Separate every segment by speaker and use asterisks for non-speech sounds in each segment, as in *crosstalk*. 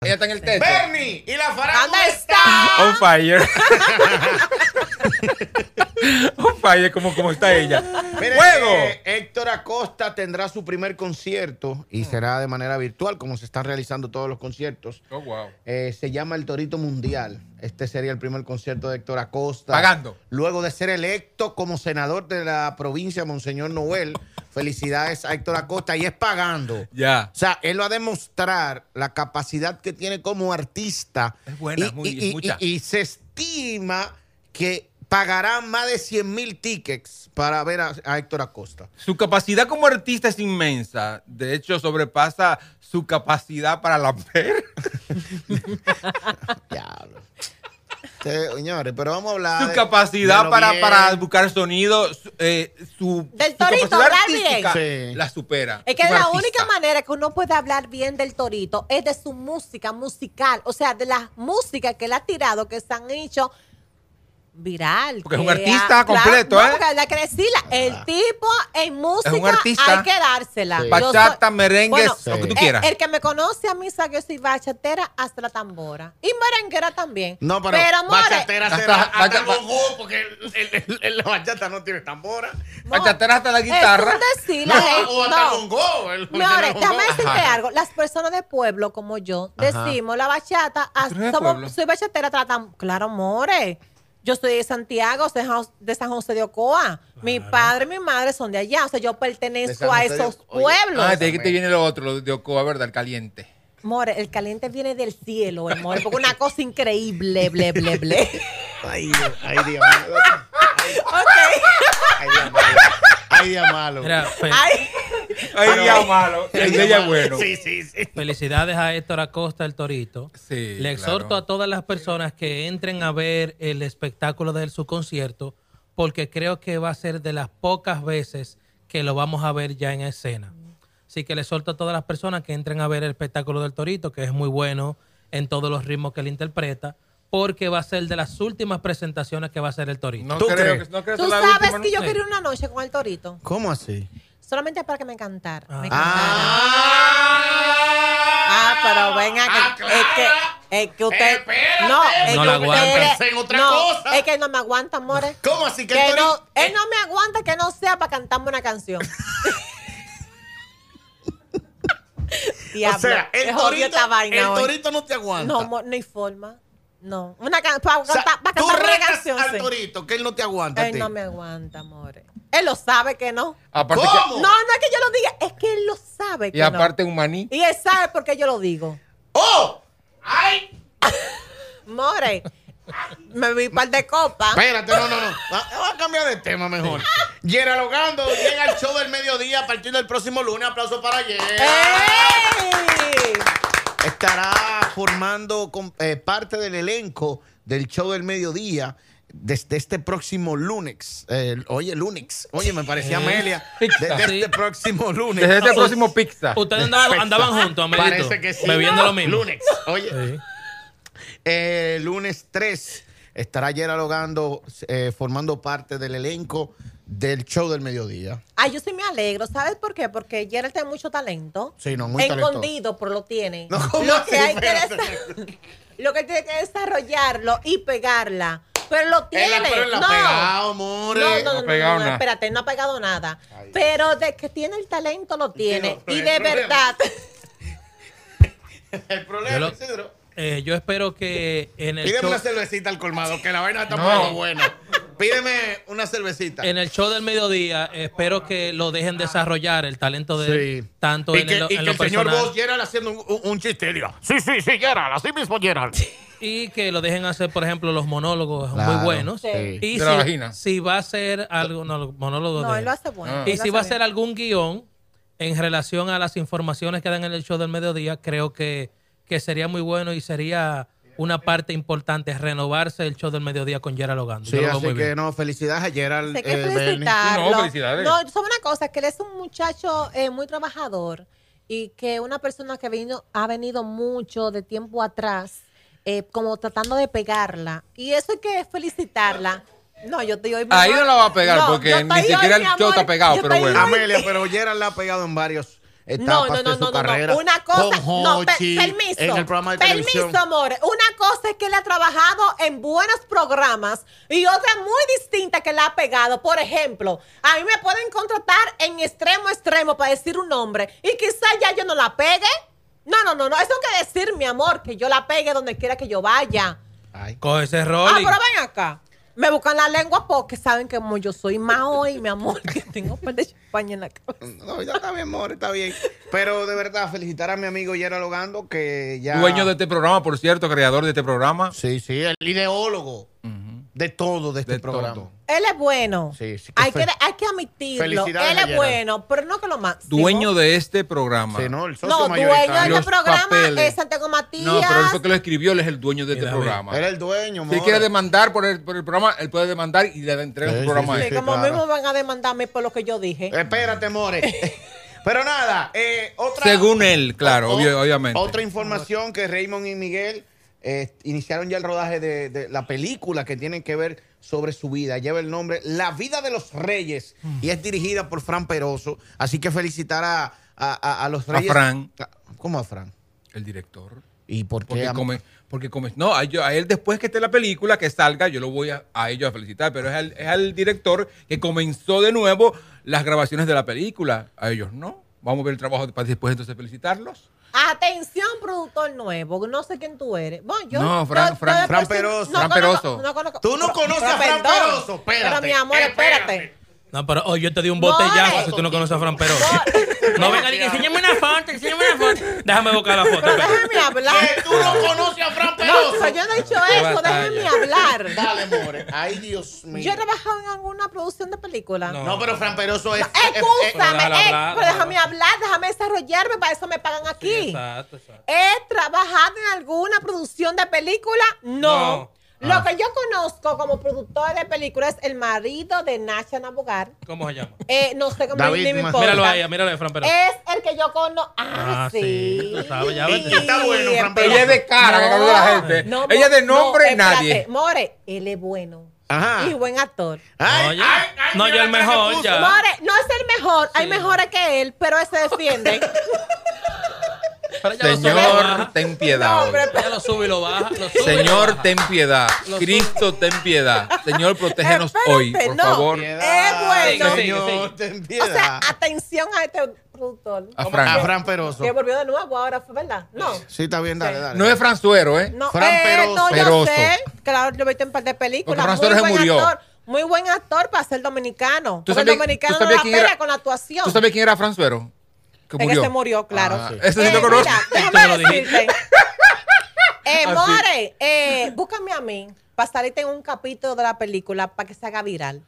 Speaker 1: Ella está en el techo.
Speaker 2: Bernie y la farándula
Speaker 3: ¿Dónde está?
Speaker 4: On fire. *laughs* On fire, como, como está ella.
Speaker 2: Miren,
Speaker 4: ¡Fuego!
Speaker 2: eh, Héctor Acosta tendrá su primer concierto
Speaker 4: Mm.
Speaker 2: y será de manera virtual, como se están realizando todos los conciertos.
Speaker 4: Oh, wow.
Speaker 2: Eh, se llama El Torito Mundial. Este sería el primer concierto de Héctor Acosta.
Speaker 4: Pagando.
Speaker 2: Luego de ser electo como senador de la provincia Monseñor Noel. Felicidades a Héctor Acosta y es pagando.
Speaker 4: Ya.
Speaker 2: O sea, él va a demostrar la capacidad que tiene como artista.
Speaker 4: Es buena, muy-
Speaker 2: y, y-
Speaker 4: mucha.
Speaker 2: y se estima que pagará más de 100 mil tickets para ver a, a Héctor Acosta.
Speaker 4: Su capacidad como artista es inmensa. De hecho, sobrepasa su capacidad para la per.
Speaker 2: Diablo. Ustedes, Señores, pero vamos a hablar.
Speaker 4: Su
Speaker 2: de- de
Speaker 4: capacidad
Speaker 2: lo
Speaker 4: para,
Speaker 2: bien.
Speaker 4: para buscar sonido. Su, eh, su,
Speaker 3: Del
Speaker 4: su
Speaker 3: torito,
Speaker 4: capacidad
Speaker 3: hablar bien.
Speaker 4: artística
Speaker 2: Sí.
Speaker 4: la supera.
Speaker 3: Es que
Speaker 4: Un
Speaker 3: la
Speaker 4: artista.
Speaker 3: única manera que uno puede hablar bien del torito es de su música musical, o sea, de las músicas que él ha tirado, que se han hecho viral.
Speaker 4: Porque es un
Speaker 3: que
Speaker 4: artista
Speaker 3: ha-
Speaker 4: completo,
Speaker 3: no,
Speaker 4: ¿eh?
Speaker 3: porque la
Speaker 2: Ah.
Speaker 3: crecila, el tipo en música
Speaker 4: artista.
Speaker 3: hay que dársela.
Speaker 2: Sí.
Speaker 3: Yo
Speaker 4: Bachata,
Speaker 3: soy-
Speaker 4: merengue,
Speaker 3: Bueno,
Speaker 4: lo que tú
Speaker 3: el-
Speaker 4: quieras.
Speaker 3: El, que me conoce a mí sabe que yo soy bachatera hasta la tambora. Y merenguera también.
Speaker 2: No, pero,
Speaker 3: more,
Speaker 2: bachatera
Speaker 4: Hasta-
Speaker 2: será hasta
Speaker 4: bacha-
Speaker 2: el bongó, porque el- el- el- la bachata no tiene tambora.
Speaker 3: no,
Speaker 4: Bachatera hasta la
Speaker 3: es
Speaker 4: guitarra.
Speaker 3: un decir, la gente-
Speaker 2: o hasta
Speaker 3: no.
Speaker 2: el bongó. el-
Speaker 3: Mi amor,
Speaker 2: el bongó.
Speaker 3: déjame decirte
Speaker 4: Ajá.
Speaker 3: algo. Las personas de pueblo como yo
Speaker 2: Ajá.
Speaker 3: decimos la bachata. ah,
Speaker 4: ¿Tú eres de
Speaker 3: somos-
Speaker 4: pueblo?
Speaker 3: soy bachatera, tratamos. Claro, more. Yo soy de Santiago, soy de Jos- de San José de Ocoa. Mi padre y mi madre son de allá. O sea, yo
Speaker 2: De San
Speaker 3: pertenezco a
Speaker 2: José de
Speaker 3: esos
Speaker 2: Ocoa. Oye,
Speaker 3: pueblos.
Speaker 4: Ah, de ahí que te viene lo otro, lo de Ocoa, ¿verdad? El caliente.
Speaker 3: More, el caliente viene del cielo, eh, more. Porque una cosa increíble, ble, ble,
Speaker 4: *laughs*
Speaker 3: ble.
Speaker 2: Ay, Dios, ay, Dios mío.
Speaker 3: ok.
Speaker 2: Ay, día malo. Ay, día malo.
Speaker 5: Mira, fe-
Speaker 2: *laughs*
Speaker 3: Ay,
Speaker 4: Ay, ya malo. El de ella es bueno.
Speaker 2: Sí, sí, sí.
Speaker 5: felicidades a Héctor Acosta, el Torito.
Speaker 4: Sí,
Speaker 5: Le exhorto
Speaker 4: claro.
Speaker 5: a todas las personas que entren a ver el espectáculo de su concierto, porque creo que va a ser de las pocas veces que lo vamos a ver ya en escena. Así que le exhorto a todas las personas que entren a ver el espectáculo del Torito, que es muy bueno en todos los ritmos que él interpreta, porque va a ser de las últimas presentaciones que va a hacer el Torito.
Speaker 4: No
Speaker 2: ¿Tú
Speaker 4: creo
Speaker 2: crees?
Speaker 4: que no creo que
Speaker 3: tú
Speaker 4: sea la
Speaker 3: sabes
Speaker 4: última, ¿no?
Speaker 3: que yo
Speaker 5: Sí.
Speaker 3: quería una noche con el torito.
Speaker 2: ¿Cómo así?
Speaker 3: Solamente para que me cantara. Me
Speaker 5: Ah.
Speaker 3: cantara. Ah, pero ven acá. Es que, es que usted.
Speaker 2: Espérate,
Speaker 3: no, es
Speaker 5: No
Speaker 3: que
Speaker 5: la aguanta.
Speaker 3: usted-
Speaker 2: Pensé en otra
Speaker 3: no,
Speaker 2: cosa.
Speaker 3: Es que no me aguanta, more.
Speaker 2: ¿Cómo así que,
Speaker 3: Que
Speaker 2: Tori-
Speaker 3: no, él no me aguanta que no sea para cantarme una
Speaker 2: *laughs*
Speaker 3: canción.
Speaker 2: O sea, el
Speaker 3: me jodió
Speaker 2: torito,
Speaker 3: esta vaina
Speaker 2: el
Speaker 3: hoy.
Speaker 2: torito no te aguanta.
Speaker 3: No, mo- no hay forma. No. Una can- para
Speaker 2: O sea,
Speaker 3: cantar, para
Speaker 2: tú
Speaker 3: cantar una
Speaker 2: retas
Speaker 3: canción.
Speaker 2: al
Speaker 3: sí.
Speaker 2: torito que él no te aguanta. a
Speaker 3: Él
Speaker 2: ti.
Speaker 3: no me aguanta, more. Él lo sabe que no.
Speaker 4: Aparte
Speaker 2: ¿Cómo?
Speaker 4: que-
Speaker 3: No, no es que yo lo diga, es que él lo sabe que
Speaker 4: y aparte
Speaker 3: no.
Speaker 4: un maní.
Speaker 3: Y él sabe por qué yo lo digo.
Speaker 2: ¡Oh! ¡Ay!
Speaker 3: More, me vi un par de copas.
Speaker 2: Espérate, no, no, no. Va- Vamos a cambiar de tema mejor.
Speaker 3: *laughs*
Speaker 2: Geralogando llega el show del mediodía a partir del próximo lunes. Aplauso para
Speaker 3: Eh.
Speaker 2: Gerald.
Speaker 3: ¡Ey!
Speaker 2: estará formando con- eh, parte del elenco del show del mediodía desde este próximo lunes. Eh, oye, lunes. Oye, me parecía
Speaker 3: *laughs*
Speaker 2: Amelia.
Speaker 4: Pizza.
Speaker 2: Desde
Speaker 5: Sí.
Speaker 2: este próximo lunes.
Speaker 4: Desde este próximo pizza.
Speaker 5: Ustedes
Speaker 2: *laughs*
Speaker 5: andaban, andaban juntos, amiguito,
Speaker 2: Pues, Parece que sí.
Speaker 5: bebiendo lo mismo.
Speaker 2: Lunes. Oye.
Speaker 5: Sí.
Speaker 2: Eh, lunes 3 estará dialogando, formando parte del elenco del show del mediodía.
Speaker 3: Ay, yo sí me alegro. ¿Sabes por qué? Porque Gerald tiene mucho talento.
Speaker 2: Sí, no, muy
Speaker 3: Escondido,
Speaker 2: talentoso.
Speaker 3: pero lo tiene.
Speaker 2: No, ¿cómo
Speaker 3: lo,
Speaker 2: así?
Speaker 3: que hay que
Speaker 2: Espérate.
Speaker 3: desa- *laughs* lo que tiene que desarrollarlo y pegarla. Pero lo tiene.
Speaker 2: Él la- pero él la ha
Speaker 3: no.
Speaker 2: pegado, amore.
Speaker 3: No, no,
Speaker 4: No
Speaker 3: no,
Speaker 4: ha
Speaker 3: no,
Speaker 4: pegado
Speaker 3: no,
Speaker 4: nada.
Speaker 3: espérate, no ha pegado nada.
Speaker 2: Ay.
Speaker 3: Pero de que tiene el talento, lo tiene.
Speaker 2: pero
Speaker 3: y
Speaker 2: el
Speaker 3: de
Speaker 2: problema-
Speaker 3: verdad.
Speaker 2: El
Speaker 5: Yo
Speaker 2: problema,
Speaker 5: lo-
Speaker 2: Isidro.
Speaker 5: Eh, yo espero que en el,
Speaker 2: Pídeme
Speaker 5: show,
Speaker 2: una cervecita al colmado, que la vaina está
Speaker 4: No.
Speaker 2: muy buena. Pídeme una cervecita.
Speaker 5: en el show del mediodía espero que lo dejen desarrollar el talento de él, tanto
Speaker 2: y
Speaker 5: en,
Speaker 2: que,
Speaker 5: el,
Speaker 2: y
Speaker 5: en
Speaker 2: que
Speaker 5: lo
Speaker 2: el señor
Speaker 5: personal
Speaker 2: Boss Gerald haciendo un, un, un chiste y diga, sí, sí, sí, Gerald, así mismo Gerald.
Speaker 5: y que lo dejen hacer, por ejemplo, los monólogos
Speaker 2: Claro,
Speaker 5: muy buenos.
Speaker 3: sí.
Speaker 5: Y
Speaker 4: De
Speaker 5: si,
Speaker 4: la vagina.
Speaker 5: si va a ser algo, no, los monólogos
Speaker 3: No,
Speaker 5: de
Speaker 3: él
Speaker 5: él.
Speaker 3: lo hace bueno.
Speaker 4: Ah.
Speaker 5: Y
Speaker 3: él lo
Speaker 5: si
Speaker 3: hace
Speaker 5: va a
Speaker 3: bien.
Speaker 5: ser algún guión en relación a las informaciones que dan en el show del mediodía, creo que, que sería muy bueno y sería una parte importante renovarse el show del mediodía con Gerald Ogando. Yo
Speaker 2: Sí,
Speaker 5: lo veo
Speaker 2: así
Speaker 5: muy
Speaker 2: que
Speaker 5: bien.
Speaker 2: no, felicidades a Gerald.
Speaker 3: Sé que
Speaker 2: eh, Bernie.
Speaker 3: felicitarlo.
Speaker 4: No, felicidades.
Speaker 3: No, sabe una cosa, que él es un muchacho eh, muy trabajador y que una persona que vino, ha venido mucho de tiempo atrás, eh, como tratando de pegarla. Y eso hay que felicitarla. No, yo estoy hoy. mi
Speaker 4: Ahí
Speaker 3: amor-
Speaker 4: no la va a pegar, porque ni
Speaker 3: yo estoy
Speaker 4: siquiera el
Speaker 3: mi
Speaker 4: show
Speaker 3: amor,
Speaker 4: está pegado,
Speaker 3: yo
Speaker 4: pero
Speaker 3: estoy
Speaker 4: bueno.
Speaker 3: hoy-
Speaker 2: Amelia, pero Gerald la ha pegado en varios etapas
Speaker 3: no, no,
Speaker 2: de su
Speaker 3: no, no,
Speaker 2: carrera.
Speaker 3: No, Una cosa,
Speaker 2: con
Speaker 3: no, per-
Speaker 2: Hochi,
Speaker 3: permiso.
Speaker 2: En el programa de
Speaker 3: permiso,
Speaker 2: televisión.
Speaker 3: amor. Una cosa es que él ha trabajado en buenos programas y otra muy distinta que le ha pegado. Por ejemplo, a mí me pueden contratar en extremo extremo para decir un nombre y quizá ya yo no la pegue. No, no, no, no. Eso que decir, mi amor, que yo la pegue donde quiera que yo vaya.
Speaker 2: Ay,
Speaker 5: Coge ese
Speaker 3: Ah,
Speaker 5: rolling.
Speaker 3: pero ven acá. Me buscan la lengua porque saben que como yo soy más hoy, mi amor, *laughs* que tengo un par de champaña en la cabeza.
Speaker 2: no, ya está bien, amor, está bien. Pero de verdad, felicitar a mi amigo Yera Logando que ya.
Speaker 4: Dueño de este programa, por cierto, creador de este programa.
Speaker 2: Sí, sí, el ideólogo de todo de este
Speaker 4: De
Speaker 2: programa.
Speaker 4: todo.
Speaker 3: Él es bueno.
Speaker 2: Sí, sí, que
Speaker 3: hay, que,
Speaker 2: fe-
Speaker 3: hay que admitirlo. Él
Speaker 2: Felicidades
Speaker 3: es
Speaker 2: a Gerard.
Speaker 3: bueno, pero no que lo más.
Speaker 4: Dueño de este programa.
Speaker 2: Sí, no, el socio
Speaker 3: No, dueño
Speaker 2: mayoritario.
Speaker 3: de
Speaker 4: Los
Speaker 3: este programa
Speaker 4: papeles.
Speaker 3: es Santiago Matías.
Speaker 4: No, pero él fue que lo escribió, él es el dueño de este
Speaker 5: Mira,
Speaker 4: programa.
Speaker 2: Era el dueño,
Speaker 4: Si él
Speaker 2: amor.
Speaker 4: quiere demandar por el, por el programa, él puede demandar y le entrega
Speaker 2: Sí,
Speaker 4: su
Speaker 2: sí,
Speaker 4: programa
Speaker 2: sí.
Speaker 4: a
Speaker 3: Sí,
Speaker 4: él.
Speaker 3: como
Speaker 2: claro.
Speaker 3: mismo van a demandarme por lo que yo dije.
Speaker 2: Eh.
Speaker 4: *laughs*
Speaker 2: Espérate, More. Pero nada, eh, otra.
Speaker 4: Según él, claro,
Speaker 2: o-
Speaker 4: obvio- obviamente.
Speaker 2: Otra información que Raymond y Miguel eh, iniciaron ya el rodaje de, de la película que tiene que ver sobre su vida. Lleva el nombre La vida de los reyes y es dirigida por Fran Peroso. Así que felicitar a, a- a- a los
Speaker 4: A
Speaker 2: reyes. Ah,
Speaker 4: Fran.
Speaker 2: ¿Cómo a Fran?
Speaker 4: El director.
Speaker 2: ¿Y por qué?
Speaker 4: Porque
Speaker 2: a-
Speaker 4: come, porque come. No, a, yo- a él después que esté la película, que salga, yo lo voy a, a ellos a felicitar. Pero es al, es al director que comenzó de nuevo las grabaciones de la película. A ellos no. Vamos a ver el trabajo para después entonces felicitarlos.
Speaker 3: Atención, productor nuevo. No sé quién tú eres. Bueno, yo.
Speaker 4: No, Fran-
Speaker 3: yo-
Speaker 4: Fran-
Speaker 3: yo de por
Speaker 2: Fran
Speaker 3: sí
Speaker 2: Peroso.
Speaker 4: Fran
Speaker 3: conozco-
Speaker 4: Peroso.
Speaker 3: no conozco-
Speaker 2: Tú no
Speaker 3: pero-
Speaker 2: conoces a
Speaker 3: pero
Speaker 2: Fran
Speaker 3: perdón.
Speaker 2: Peroso, espérate,
Speaker 3: Pero mi amor, espérate.
Speaker 2: espérate.
Speaker 5: No, pero hoy yo te di un botellazo
Speaker 3: More.
Speaker 5: si tú no conoces a Fran Perón.
Speaker 3: More.
Speaker 5: No venga, diga, enséñame una foto, enséñame una foto. Déjame buscar la foto.
Speaker 3: Pero
Speaker 5: espérate.
Speaker 3: déjame hablar.
Speaker 2: Que tú no conoces a Fran
Speaker 3: No,
Speaker 2: Peroso.
Speaker 3: yo no he dicho eso.
Speaker 4: batalla.
Speaker 3: Déjame hablar.
Speaker 2: Dale, More. Ay, Dios mío.
Speaker 3: Yo he trabajado en alguna producción de película.
Speaker 5: No.
Speaker 2: No, pero Fran Peroso es. es- es-
Speaker 5: Pero
Speaker 3: Escúchame,
Speaker 5: déjala
Speaker 3: eh,
Speaker 5: hablar,
Speaker 3: pero
Speaker 5: déjala
Speaker 3: déjame hablar, déjame desarrollarme, para eso me pagan
Speaker 5: Sí,
Speaker 3: aquí.
Speaker 5: exacto, exacto.
Speaker 3: ¿He trabajado en alguna producción de película? No.
Speaker 4: No.
Speaker 3: Lo
Speaker 4: Ah.
Speaker 3: que yo conozco como productor de película es el marido de Nacha Nabogar.
Speaker 5: ¿Cómo se llama?
Speaker 3: Eh, no sé cómo
Speaker 2: David
Speaker 3: ni me
Speaker 2: Mas-
Speaker 3: importa.
Speaker 5: Míralo a ella, míralo a Fran Perón.
Speaker 3: Es el que yo conozco. Ah,
Speaker 5: Ah,
Speaker 3: sí.
Speaker 5: sí, tú sabes, ya ves.
Speaker 2: Está bueno, Fran Peroso.
Speaker 4: Ella es de cara, que conoce a la gente. Ella
Speaker 3: mo-
Speaker 4: de nombre,
Speaker 3: espérate,
Speaker 4: nadie.
Speaker 3: More, él es bueno.
Speaker 2: Ajá.
Speaker 3: Y buen actor.
Speaker 2: Ay,
Speaker 5: Oye.
Speaker 2: ay, ay,
Speaker 5: No,
Speaker 2: mira
Speaker 5: yo el
Speaker 2: la cara que
Speaker 5: mejor,
Speaker 2: puso.
Speaker 4: Ah.
Speaker 5: ya.
Speaker 3: More, no es el mejor, hay
Speaker 5: Sí.
Speaker 3: mejores que él, pero él se
Speaker 4: *laughs*
Speaker 3: defiende.
Speaker 5: Pero ella lo sube y lo
Speaker 4: Señor,
Speaker 5: baja.
Speaker 4: ten piedad.
Speaker 3: hombre,
Speaker 5: Ella lo sube y lo baja. lo sube y lo
Speaker 4: Señor,
Speaker 5: baja.
Speaker 4: ten piedad.
Speaker 5: Lo sube.
Speaker 4: Cristo, ten piedad. Señor, protégenos hoy,
Speaker 3: Espérate,
Speaker 4: por
Speaker 3: no.
Speaker 4: favor.
Speaker 2: Piedad,
Speaker 3: Es bueno.
Speaker 5: Sigue, sigue,
Speaker 2: Señor,
Speaker 5: sigue.
Speaker 2: ten
Speaker 3: O sea,
Speaker 2: piedad.
Speaker 3: atención a este productor.
Speaker 4: A
Speaker 2: A
Speaker 4: Fran.
Speaker 2: Fran Peroso.
Speaker 3: Que volvió de nuevo ahora, fue ¿verdad? No.
Speaker 2: Sí, está bien, dale, dale.
Speaker 4: No es Fran Suero, ¿eh?
Speaker 3: No,
Speaker 2: Fran
Speaker 3: eh,
Speaker 2: Peroso.
Speaker 3: no, yo
Speaker 4: Peroso.
Speaker 3: sé. Claro, lo he visto en par de películas.
Speaker 4: Porque Fran
Speaker 3: Muy
Speaker 4: Suárez
Speaker 3: buen
Speaker 4: murió.
Speaker 3: actor. Muy buen actor para ser dominicano.
Speaker 4: ¿Tú
Speaker 3: Porque el
Speaker 4: sabías-
Speaker 3: dominicano
Speaker 4: tú
Speaker 3: no
Speaker 4: sabías
Speaker 3: la
Speaker 4: quién era-
Speaker 3: pega con la actuación.
Speaker 4: ¿Tú sabes quién era Fran Suero? Que
Speaker 3: Es que se murió, claro. Eh,
Speaker 4: Ah, ese sí lo Ah,
Speaker 3: mira,
Speaker 4: conozco.
Speaker 5: Tú lo
Speaker 3: déjame
Speaker 5: dijiste.
Speaker 4: *laughs*
Speaker 3: decirte. eh,
Speaker 4: Así.
Speaker 3: More, eh, búscame a mí para salirte en un capítulo de la película para que se haga viral.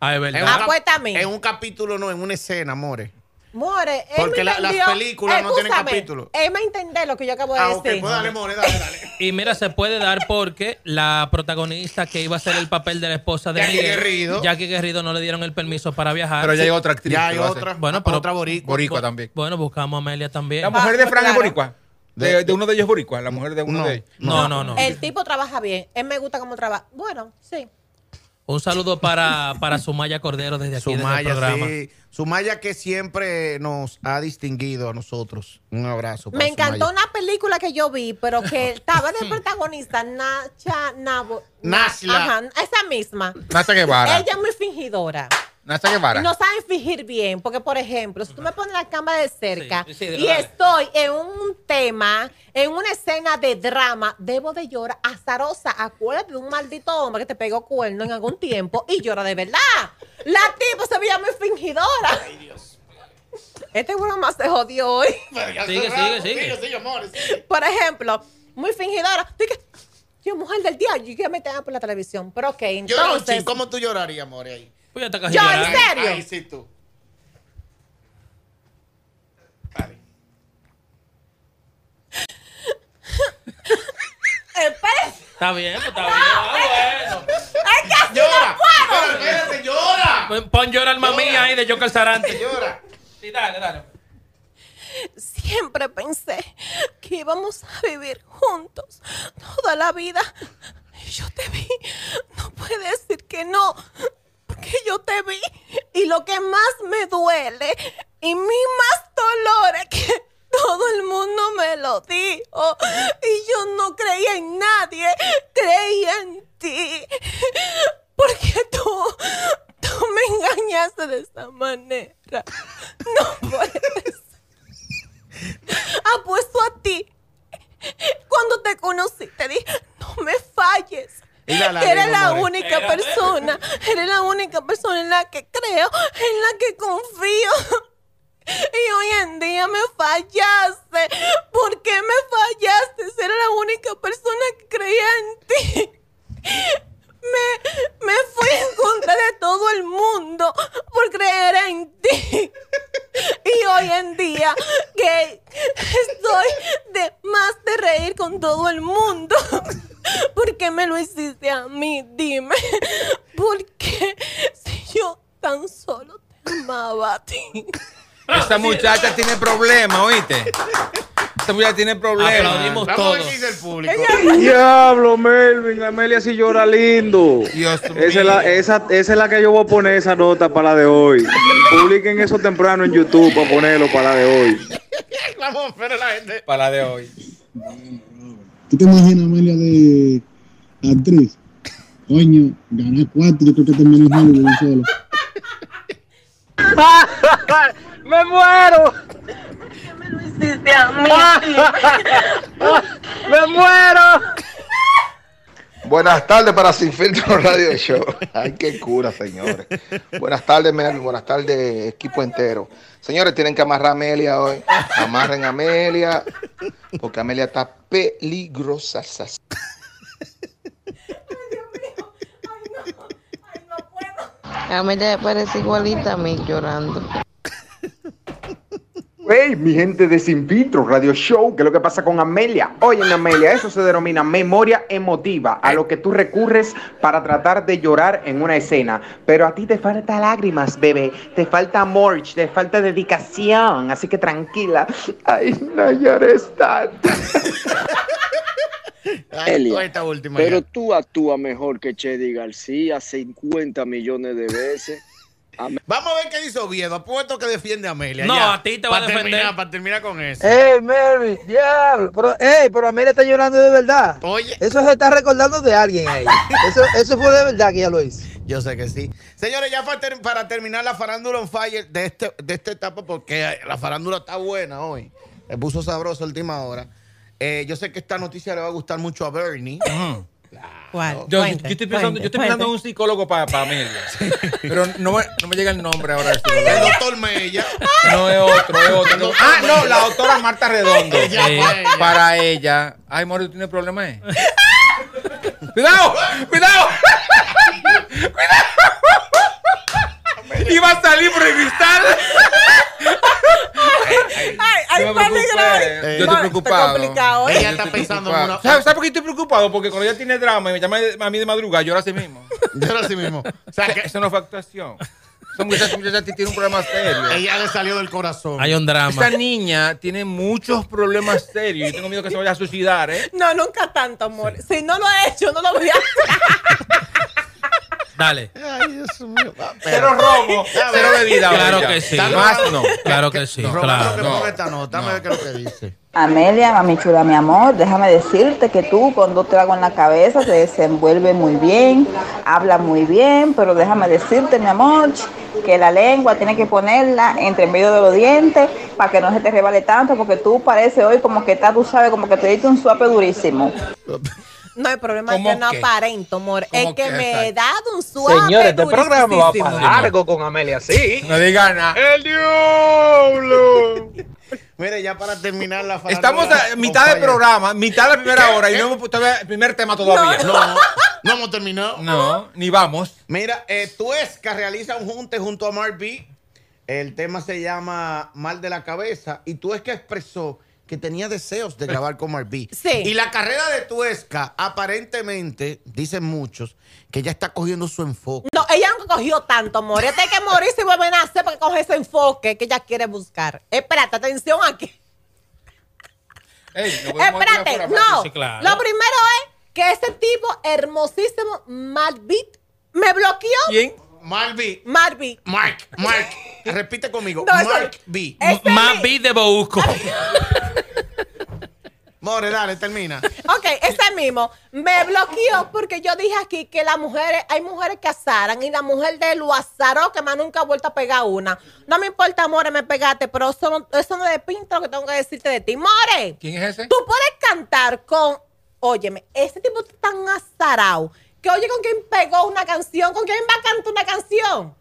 Speaker 5: Ah, es
Speaker 2: En
Speaker 5: verdad.
Speaker 2: un cap-
Speaker 3: Apuéstame.
Speaker 2: En un capítulo no, en una escena, amores.
Speaker 3: More, él
Speaker 2: Porque
Speaker 3: me
Speaker 2: la- las
Speaker 3: entendió-
Speaker 2: películas no tienen
Speaker 3: Escúchame,
Speaker 2: capítulo.
Speaker 3: Él me entendió lo que yo acabo de
Speaker 2: Ah,
Speaker 3: decir.
Speaker 2: ok, pues dale, More, dale,
Speaker 5: *laughs*
Speaker 2: dale.
Speaker 5: Y mira, se puede dar porque la protagonista que iba a ser el papel de la esposa de
Speaker 2: Jackie
Speaker 5: Miguel,
Speaker 2: Guerrido.
Speaker 5: Jackie Guerrido no le dieron el permiso para viajar.
Speaker 4: Pero ya hay otra actriz.
Speaker 2: Ya
Speaker 4: que
Speaker 2: hay
Speaker 4: lo hace.
Speaker 2: otra.
Speaker 5: Bueno,
Speaker 2: ah,
Speaker 5: pero-
Speaker 2: otra boricua.
Speaker 4: Boricua también.
Speaker 5: Bueno, buscamos a Amelia también.
Speaker 4: La mujer de
Speaker 3: Ah,
Speaker 4: Fran
Speaker 3: claro.
Speaker 4: es boricua. De,
Speaker 2: De-
Speaker 4: de uno de ellos es boricua, la mujer de uno
Speaker 2: No.
Speaker 4: de ellos.
Speaker 5: No, no, no.
Speaker 3: El tipo trabaja bien. Él me gusta cómo trabaja. Bueno, sí.
Speaker 5: Un saludo para, para Sumaya Cordero desde aquí desde el
Speaker 2: Sumaya,
Speaker 5: programa.
Speaker 2: sí. Sumaya que siempre nos ha distinguido a nosotros. Un abrazo. para
Speaker 3: Me encantó
Speaker 2: Sumaya.
Speaker 3: una película que yo vi,
Speaker 2: *laughs*
Speaker 3: pero que estaba de protagonista Nacha Nabo.
Speaker 2: Nasla.
Speaker 3: Ajá, esa misma.
Speaker 4: Nacha Guevara.
Speaker 3: Ella es muy fingidora.
Speaker 4: Nacha Guevara.
Speaker 3: Y no saben fingir bien, porque por ejemplo, si tú me pones la cámara de cerca
Speaker 5: Sí, sí, de
Speaker 3: y
Speaker 5: verdad.
Speaker 3: estoy en un tema, en una escena de drama, debo de llorar azarosa. Acuérdate de un maldito hombre que te pegó cuerno en algún tiempo y llora de verdad. La tipo se veía muy fingidora. Ay, Dios. Este broma se jodió hoy.
Speaker 2: Pero ya
Speaker 5: Sigue,
Speaker 2: cerramos.
Speaker 5: sigue, sigue.
Speaker 2: sigue, amores, sigue.
Speaker 3: Por ejemplo, muy fingidora. Tú que, Yo, mujer del diablo, yo que me tenga por la televisión. Pero ok,
Speaker 2: Llora un
Speaker 3: entonces.
Speaker 2: chin, ¿Cómo tú llorarías, amores, ahí?
Speaker 5: Pues ya está casi
Speaker 3: Yo, en
Speaker 5: llorando.
Speaker 3: serio.
Speaker 2: Ahí sí tú. Dale.
Speaker 3: Espérate.
Speaker 5: Está bien, pues está bien. Ah,
Speaker 2: Llora. Pero espérate, llora.
Speaker 5: bueno. Pon- Pon llorar alma mía ahí de Joker Sarante.
Speaker 2: Llora.
Speaker 5: Sí, dale, dale.
Speaker 3: Siempre pensé que íbamos a vivir juntos toda la vida. Yo te vi. No puedes decir que no. Porque yo te vi. Y lo que más me duele y mi más color es que todo el mundo me lo dijo y yo no creía en nadie, creía en ti. Porque tú, tú me engañaste de esa manera. No puedes. Apuesto a ti. Cuando te conocí, te dije, no me falles.
Speaker 2: Y la lágrima,
Speaker 3: Eres la
Speaker 2: madre.
Speaker 3: única persona, eres la única persona en la que creo, en la que confío. Y hoy en día me fallaste. ¿Por qué me fallaste? Si Era la única persona que creía en ti. Me, me fui en contra de todo el mundo por creer en ti. Y hoy en día que estoy de más de reír con todo el mundo. ¿Por qué me lo hiciste a mí? Dime. ¿Por qué si yo tan solo te amaba a ti?
Speaker 4: Esa muchacha tiene problemas, ¿oíste? Esa muchacha tiene problemas.
Speaker 5: Aplaudimos
Speaker 2: Vamos a ver
Speaker 5: todos.
Speaker 2: qué dice el público.
Speaker 6: Diablo, Melvin, Amelia si llora lindo.
Speaker 4: Dios
Speaker 6: Esa es, la,
Speaker 4: mío.
Speaker 6: esa, esa es la que yo voy a poner esa nota para la de hoy. Publiquen eso temprano en YouTube para ponerlo para la de hoy.
Speaker 2: Vamos a ver a la gente.
Speaker 4: Para la de hoy.
Speaker 7: ¿Tú te imaginas, Amelia, de actriz? Coño, ganar cuatro, yo creo que terminas mal de un solo.
Speaker 6: ¡Me muero! ¡Me muero!
Speaker 8: Buenas tardes para Sin Filtro Radio Show. Ay, qué cura, señores. Buenas tardes, Melvin. Buenas tardes, equipo entero. Señores, tienen que amarrar a Amelia hoy. Amarren a Amelia, porque Amelia está peligrosa. sas-
Speaker 9: Amelia parece igualita a mí llorando.
Speaker 6: Hey, mi gente de Sin Filtro Radio Show, ¿qué es lo que pasa con Amelia? Oye, Amelia, eso se denomina memoria emotiva, a lo que tú recurres para tratar de llorar en una escena. Pero a ti te falta lágrimas, bebé, te falta amor, te falta dedicación, así que tranquila. Ay, no llores tanto.
Speaker 2: Ay,
Speaker 10: Elia,
Speaker 2: coge esta última.
Speaker 10: Pero
Speaker 2: ya.
Speaker 10: tú actúas mejor que Chedi García 50 millones de veces.
Speaker 2: Vamos a ver qué dice Oviedo. Apuesto que defiende a Amelia.
Speaker 5: No,
Speaker 2: ya.
Speaker 5: a ti te va a
Speaker 2: Pa'
Speaker 5: defender.
Speaker 2: terminar, Para terminar con eso.
Speaker 9: Eh.
Speaker 6: Hey, Mary, diablo, pero, hey, pero Amelia está llorando de verdad.
Speaker 2: Oye,
Speaker 6: Eso se está recordando de alguien ahí. Eso, eso fue de verdad que ya lo hizo.
Speaker 2: yo sé que sí. Señores, ya para, ter- para terminar la farándula on fire de, este, de esta etapa, porque la farándula está buena hoy. Se puso sabroso a última hora. Eh, yo sé que esta noticia le va a gustar mucho a Bernie. *laughs*
Speaker 4: Ujú.
Speaker 11: ¿Cuál?
Speaker 4: Yo, yo-
Speaker 11: Cuente,
Speaker 4: yo estoy pensando, yo
Speaker 11: cuente,
Speaker 4: estoy pensando en
Speaker 11: cuente.
Speaker 4: un psicólogo para, para Amelia. Pero no me, no me llega el nombre ahora. del psicólogo.
Speaker 2: El doctor Mella.
Speaker 4: No es otro, es otro. Ah, no, la doctora Marta
Speaker 2: *laughs*
Speaker 4: Redondo.
Speaker 2: Ella,
Speaker 5: Eh,
Speaker 2: pues, ella.
Speaker 4: Para ella. Ay, Mori, ¿tú tienes problemas? eh? ¡Cuidado! ¡Cuidado! ¡Cuidado! Iba a salir por el cristal.
Speaker 3: Ay, ay,
Speaker 4: No me
Speaker 3: peligro.
Speaker 4: preocupes, Yo
Speaker 3: Va,
Speaker 4: estoy preocupado.
Speaker 3: complicado, ¿eh?
Speaker 2: Ella
Speaker 4: Yo
Speaker 2: está
Speaker 4: estoy
Speaker 2: pensando en
Speaker 4: preocupado.
Speaker 2: una-
Speaker 4: ¿Sabes sabes por qué estoy preocupado? Porque cuando ella tiene drama y me llama de- a mí de madrugada, llora así mismo.
Speaker 2: Yo era así mismo. O sea, que
Speaker 4: Eso no fue actuación. Esa muchacha, muchacha tiene un problema serio.
Speaker 2: ella le salió del corazón.
Speaker 5: Hay un drama.
Speaker 4: Esta niña tiene muchos problemas serios. Yo tengo miedo que se vaya a suicidar, ¿eh?
Speaker 3: No, nunca tanto, amor. Si no lo he hecho, no lo voy a hacer.
Speaker 5: Dale.
Speaker 2: Ay, Dios mío. Va,
Speaker 4: Cero robo, cero bebida.
Speaker 5: Claro
Speaker 4: Amelia.
Speaker 5: que sí.
Speaker 4: Más no.
Speaker 5: Claro que sí,
Speaker 2: Roberto, que
Speaker 5: claro.
Speaker 4: no.
Speaker 2: ponga esta nota, dame
Speaker 4: No.
Speaker 2: ver qué es lo que dice.
Speaker 9: Amelia, mami chula, mi amor, déjame decirte que tú con dos tragos en la cabeza te desenvuelve muy bien, habla muy bien, pero déjame decirte, mi amor, que la lengua tienes que ponerla entre medio de los dientes para que no se te rebale tanto, porque tú pareces hoy como que está, tú sabes, como que te diste un suape durísimo.
Speaker 3: No hay problema,
Speaker 4: ¿Cómo
Speaker 3: yo no
Speaker 4: qué?
Speaker 3: aparento, amor. Es
Speaker 4: ¿Cómo
Speaker 3: que
Speaker 4: qué?
Speaker 3: me he
Speaker 4: Exacto.
Speaker 3: dado un suave durisísimo.
Speaker 6: largo con Amelia, sí.
Speaker 4: No digan nada.
Speaker 6: ¡El diablo!
Speaker 2: Mire, ya para terminar la farándula.
Speaker 4: *laughs* Estamos a
Speaker 2: on
Speaker 4: mitad del
Speaker 2: fire.
Speaker 4: programa, mitad de la primera hora y no hemos puesto el primer tema todavía.
Speaker 2: No, no hemos terminado.
Speaker 4: No, ni vamos.
Speaker 2: Mira, eh, Tuesca realiza un junte junto a Mark B. El tema se llama Mal de la Cabeza. Y Tuesca expresó que tenía deseos de grabar con Mark B.
Speaker 3: Sí.
Speaker 2: Y la carrera de Tuesca, aparentemente, dicen muchos, que ya está cogiendo su enfoque.
Speaker 3: No, ella nunca cogió tanto, amor. Ella tiene que morirse y volver a nacer para que coge ese enfoque que ella quiere buscar. Espérate, atención aquí.
Speaker 4: Ey, no podemos
Speaker 3: Espérate,
Speaker 4: tirar fuera,
Speaker 3: no.
Speaker 5: sí, claro.
Speaker 3: Lo primero es que ese tipo hermosísimo, Malvit, me bloqueó.
Speaker 4: ¿Quién?
Speaker 2: Mark B.
Speaker 3: Malvit.
Speaker 2: Mark, Mark. Repite conmigo.
Speaker 1: No, eso-
Speaker 2: Mark B.
Speaker 1: Ese
Speaker 3: Este
Speaker 1: es
Speaker 5: Más
Speaker 1: mi-
Speaker 5: vi de Bouco.
Speaker 2: More, dale, termina.
Speaker 3: Ok, ese mismo me bloqueó porque yo dije aquí que las mujeres, hay mujeres que azaran y la mujer de lo azaró que más nunca ha vuelto a pegar una. No me importa, More, me pegaste, pero eso, no- eso no despinta lo que tengo que decirte de ti. More,
Speaker 4: ¿Quién es ese?
Speaker 3: tú puedes cantar con, óyeme, ese tipo está tan azarado que oye con quién pegó una canción, con quién va a cantar una canción.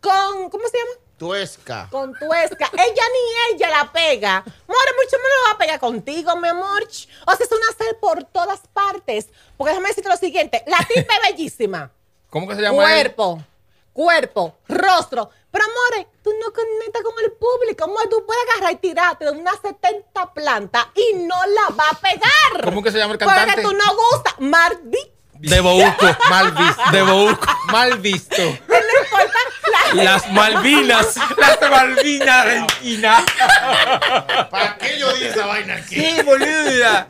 Speaker 3: Con, ¿cómo se llama?
Speaker 2: Tuesca.
Speaker 3: Con tuesca. Ella ni ella la pega. More, mucho menos la va a pegar contigo, mi amor. O sea, es una sal por todas partes. Porque déjame decirte lo siguiente. La tipa es bellísima.
Speaker 4: ¿Cómo que se llama él?
Speaker 3: Cuerpo. Cuerpo, rostro. Pero, More, tú no conectas con el público. More, tú puedes agarrar y tirarte de una 70 planta y no la va a pegar.
Speaker 4: ¿Cómo que se llama el
Speaker 3: Porque
Speaker 4: cantante?
Speaker 3: tú no gustas. Mardi,
Speaker 2: *laughs*
Speaker 5: De Bouco.
Speaker 4: Mal visto.
Speaker 5: De Bouco.
Speaker 4: Mal visto.
Speaker 3: no importa la-
Speaker 5: Las Malvinas.
Speaker 4: Las Malvinas Argentina.
Speaker 2: *laughs* ¿Para qué yo dije esa vaina aquí?
Speaker 4: Sí, boluda.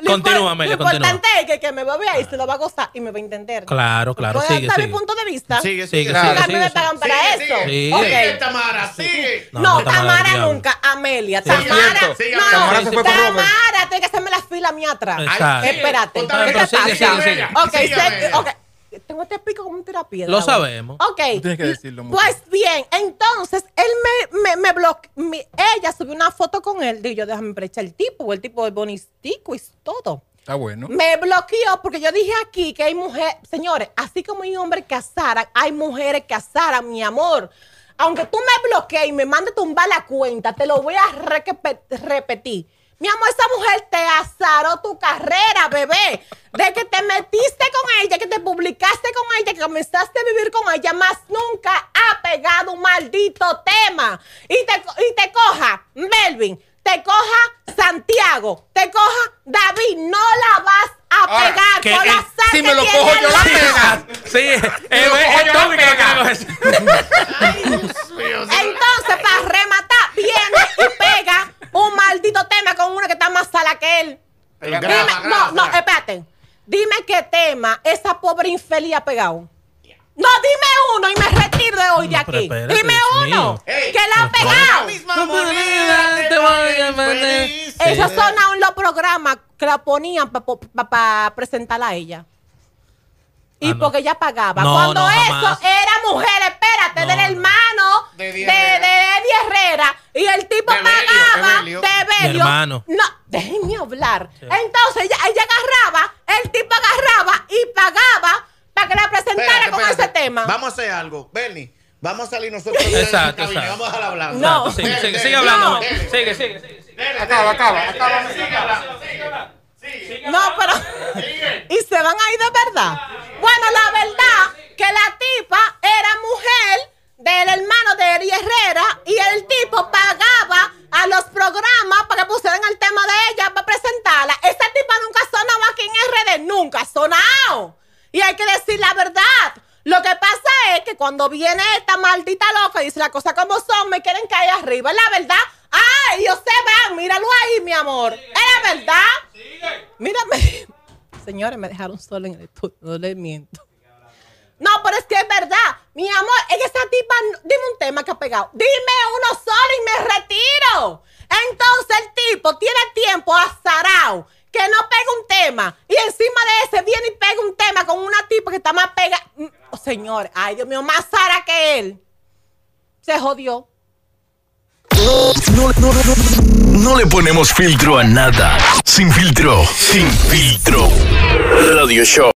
Speaker 3: lo
Speaker 5: Continúa,
Speaker 3: impor-
Speaker 5: Amelia,
Speaker 3: Lo
Speaker 5: continúa.
Speaker 3: importante es que, que me va a ver y se lo va a gozar y me va a entender.
Speaker 5: Claro, claro.
Speaker 3: Voy a
Speaker 5: Sigue,
Speaker 3: dar mi
Speaker 5: sigue.
Speaker 3: punto de vista.
Speaker 2: Sigue,
Speaker 5: Sigue,
Speaker 2: sigue.
Speaker 5: sigue.
Speaker 3: Porque a mí me pagan para
Speaker 2: Sigue,
Speaker 3: eso.
Speaker 5: sigue.
Speaker 3: Ok.
Speaker 2: Sigue, Tamara, sigue.
Speaker 3: No,
Speaker 5: No, no, Tamara,
Speaker 3: Tamara
Speaker 5: diablo.
Speaker 3: nunca, Amelia.
Speaker 5: Sí,
Speaker 3: Tamara,
Speaker 4: cierto.
Speaker 2: Sí,
Speaker 3: no,
Speaker 2: Tamara
Speaker 4: se fue por Robert.
Speaker 3: Tamara, tiene que hacerme la fila a mí atrás.
Speaker 5: Ay, Exacto.
Speaker 3: Eh, Espérate.
Speaker 2: Otra
Speaker 5: Ah,
Speaker 2: vez,
Speaker 5: pero sigue,
Speaker 2: sigue,
Speaker 5: sigue,
Speaker 2: sigue.
Speaker 5: sigue.
Speaker 3: Ok,
Speaker 2: Sigue,
Speaker 3: sé-
Speaker 2: Amelia.
Speaker 3: ok. Tengo este pico como un tirapiedra.
Speaker 5: Lo
Speaker 3: güey.
Speaker 5: sabemos.
Speaker 3: Ok.
Speaker 4: Tú tienes que decirlo mucho.
Speaker 3: Pues bien, entonces él me, me, me bloque- me- Ella subió una foto con él. Digo, yo déjame prechar el tipo. El tipo es bonitico y todo.
Speaker 4: Está bueno.
Speaker 3: Me bloqueó porque yo dije aquí que hay mujeres, señores, así como hay hombres que azaran, hay mujeres que azaran, mi amor. Aunque tú me bloquees y me mandes tumbar la cuenta, te lo voy a re- que pe- repetir. Mi amor, esa mujer te azaró tu carrera, bebé. De que te metiste con ella, que te publicaste con ella, que comenzaste a vivir con ella, más nunca ha pegado un maldito tema. Y te, co- y te coja, Melvin, te coja Santiago, te coja David, no la vas a
Speaker 4: Ahora,
Speaker 3: pegar
Speaker 5: que
Speaker 3: con
Speaker 5: el-
Speaker 3: la sal
Speaker 4: si
Speaker 3: que
Speaker 4: me lo
Speaker 3: tiene
Speaker 4: cojo,
Speaker 3: al
Speaker 4: yo la
Speaker 3: lado.
Speaker 4: pego.
Speaker 5: Sí, es,
Speaker 4: Pero
Speaker 5: es
Speaker 4: coño,
Speaker 5: Tommy que
Speaker 4: pega.
Speaker 5: lo que hago es-
Speaker 2: Ay, Dios mío.
Speaker 3: Entonces, para rematar, viene y pega un maldito tema con uno que está más sala que él.
Speaker 2: Pero
Speaker 3: Dime,
Speaker 2: graba, graba,
Speaker 3: no, no,
Speaker 2: graba.
Speaker 3: espérate. Dime qué tema esa pobre infeliz ha pegado. No, dime uno y me retiro de hoy de
Speaker 5: No, pero
Speaker 3: aquí.
Speaker 5: espérate,
Speaker 3: dime
Speaker 5: Dios
Speaker 3: uno
Speaker 5: mío.
Speaker 2: Ey,
Speaker 3: que la ha
Speaker 5: pero
Speaker 2: La
Speaker 3: pegado.
Speaker 2: misma moneda te vale infeliz.
Speaker 5: Sí.
Speaker 3: Eso sonaba en los programas que la ponían para presentarla a ella. Y
Speaker 5: Ah, no.
Speaker 3: porque ella pagaba.
Speaker 5: No,
Speaker 3: Cuando
Speaker 5: no,
Speaker 3: eso
Speaker 5: jamás.
Speaker 3: era mujer, espérate,
Speaker 5: No,
Speaker 3: del
Speaker 5: no.
Speaker 3: hermano
Speaker 2: De
Speaker 3: de,
Speaker 2: Eddie
Speaker 3: de,
Speaker 2: Herrera.
Speaker 3: Eddie Herrera. Y el tipo
Speaker 2: De Belio,
Speaker 3: pagaba
Speaker 2: de Belio.
Speaker 3: de Belio.
Speaker 5: Mi hermano.
Speaker 3: No, déjenme hablar. Entonces ella, ella agarraba, el tipo agarraba y pagaba para que la presentara
Speaker 2: Espérate,
Speaker 3: con
Speaker 2: espérate.
Speaker 3: ese tema.
Speaker 2: Vamos a hacer algo. Bernie, vamos a salir nosotros. de
Speaker 5: Exacto,
Speaker 2: la cabina,
Speaker 5: exacto.
Speaker 2: Vamos a dejar hablando.
Speaker 3: No.
Speaker 5: Exacto, Sigue,
Speaker 2: Dele,
Speaker 5: sigue,
Speaker 2: dele,
Speaker 5: sigue hablando.
Speaker 3: no.
Speaker 2: dele,
Speaker 5: Sigue, sigue, sigue.
Speaker 2: dele,
Speaker 4: Acaba,
Speaker 2: dele,
Speaker 4: acaba,
Speaker 2: dele,
Speaker 4: acaba.
Speaker 2: dele, Sigue hablando. sigue hablando.
Speaker 3: No, pero.
Speaker 5: *laughs*
Speaker 3: Y se van ahí de verdad. Bueno, la verdad que la tipa era mujer del hermano de Eri Herrera y el tipo pagaba a los programas para que pusieran el tema de ella para presentarla. Esa tipa nunca sonaba aquí en RD, nunca ha sonado. Y hay que decir la verdad. Lo que pasa es que cuando viene esta maldita loca y dice las cosas como son, me quieren caer arriba. Es la verdad. ¡Ay, ellos se van! Míralo ahí, mi amor. Es la verdad. Mírame. Señores, me dejaron sola en el estudio, no les miento. No, pero es que es verdad. Mi amor, es que esa tipa, no- dime un tema que ha pegado. Dime uno solo y me retiro. Entonces el tipo tiene tiempo azarao que no pega un tema. Y encima de ese viene y pega un tema con una tipa que está más pega. Mm, oh, señores, ay Dios mío, más Sara que él. Se jodió.
Speaker 12: No, no, no, no, no le ponemos filtro a nada. Sin filtro. Sin filtro. Radio Show.